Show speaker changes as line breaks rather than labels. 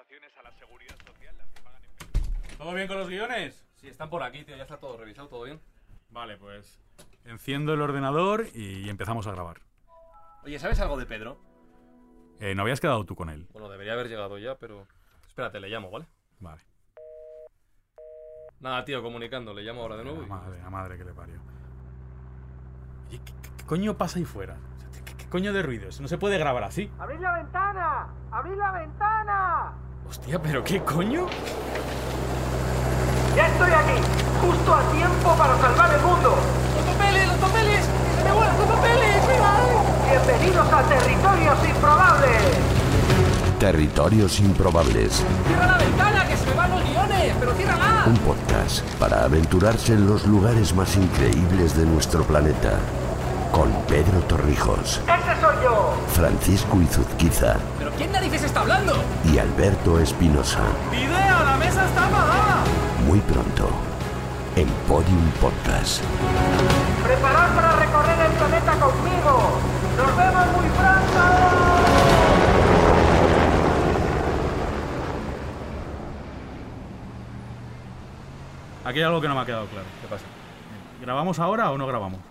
a la seguridad social las que pagan en
¿Todo bien con los guiones?
Sí, están por aquí, tío. Ya está todo revisado, todo bien.
Vale, pues enciendo el ordenador y empezamos a grabar.
Oye, ¿sabes algo de Pedro?
Eh, ¿No habías quedado tú con él?
Bueno, debería haber llegado ya, pero... Espérate, le llamo, ¿vale?
Vale.
Nada, tío, comunicando. Le llamo ahora de nuevo.
La
y-
madre, la madre que le parió. Oye, ¿qué, qué- qué coño pasa ahí fuera? O sea, ¿Qué, qué coño de ruidos? No se puede grabar así.
¡Abrid la ventana! ¡Abrid la ventana!
Hostia, ¿pero qué coño?
¡Ya estoy aquí! ¡Justo a tiempo para salvar el mundo!
¡Los papeles, los papeles! ¡Que ¡Se me vuelan los papeles! ¡Mira!
¡Bienvenidos a Territorios Improbables!
Territorios Improbables,
¡Cierra la ventana, que se me van los guiones! ¡Pero ciérrala!
un podcast para aventurarse en los lugares más increíbles de nuestro planeta. Con Pedro Torrijos,
¡Ese soy yo!
Francisco Izuzquiza
¿Pero quién narices está hablando?
y Alberto Espinosa.
¡Idea! ¡La mesa está apagada!
Muy pronto, en Podium Podcast.
¡Preparad para recorrer el planeta conmigo! ¡Nos vemos muy pronto!
Aquí hay algo que no me ha quedado claro.
¿Qué pasa?
¿Grabamos ahora o no grabamos?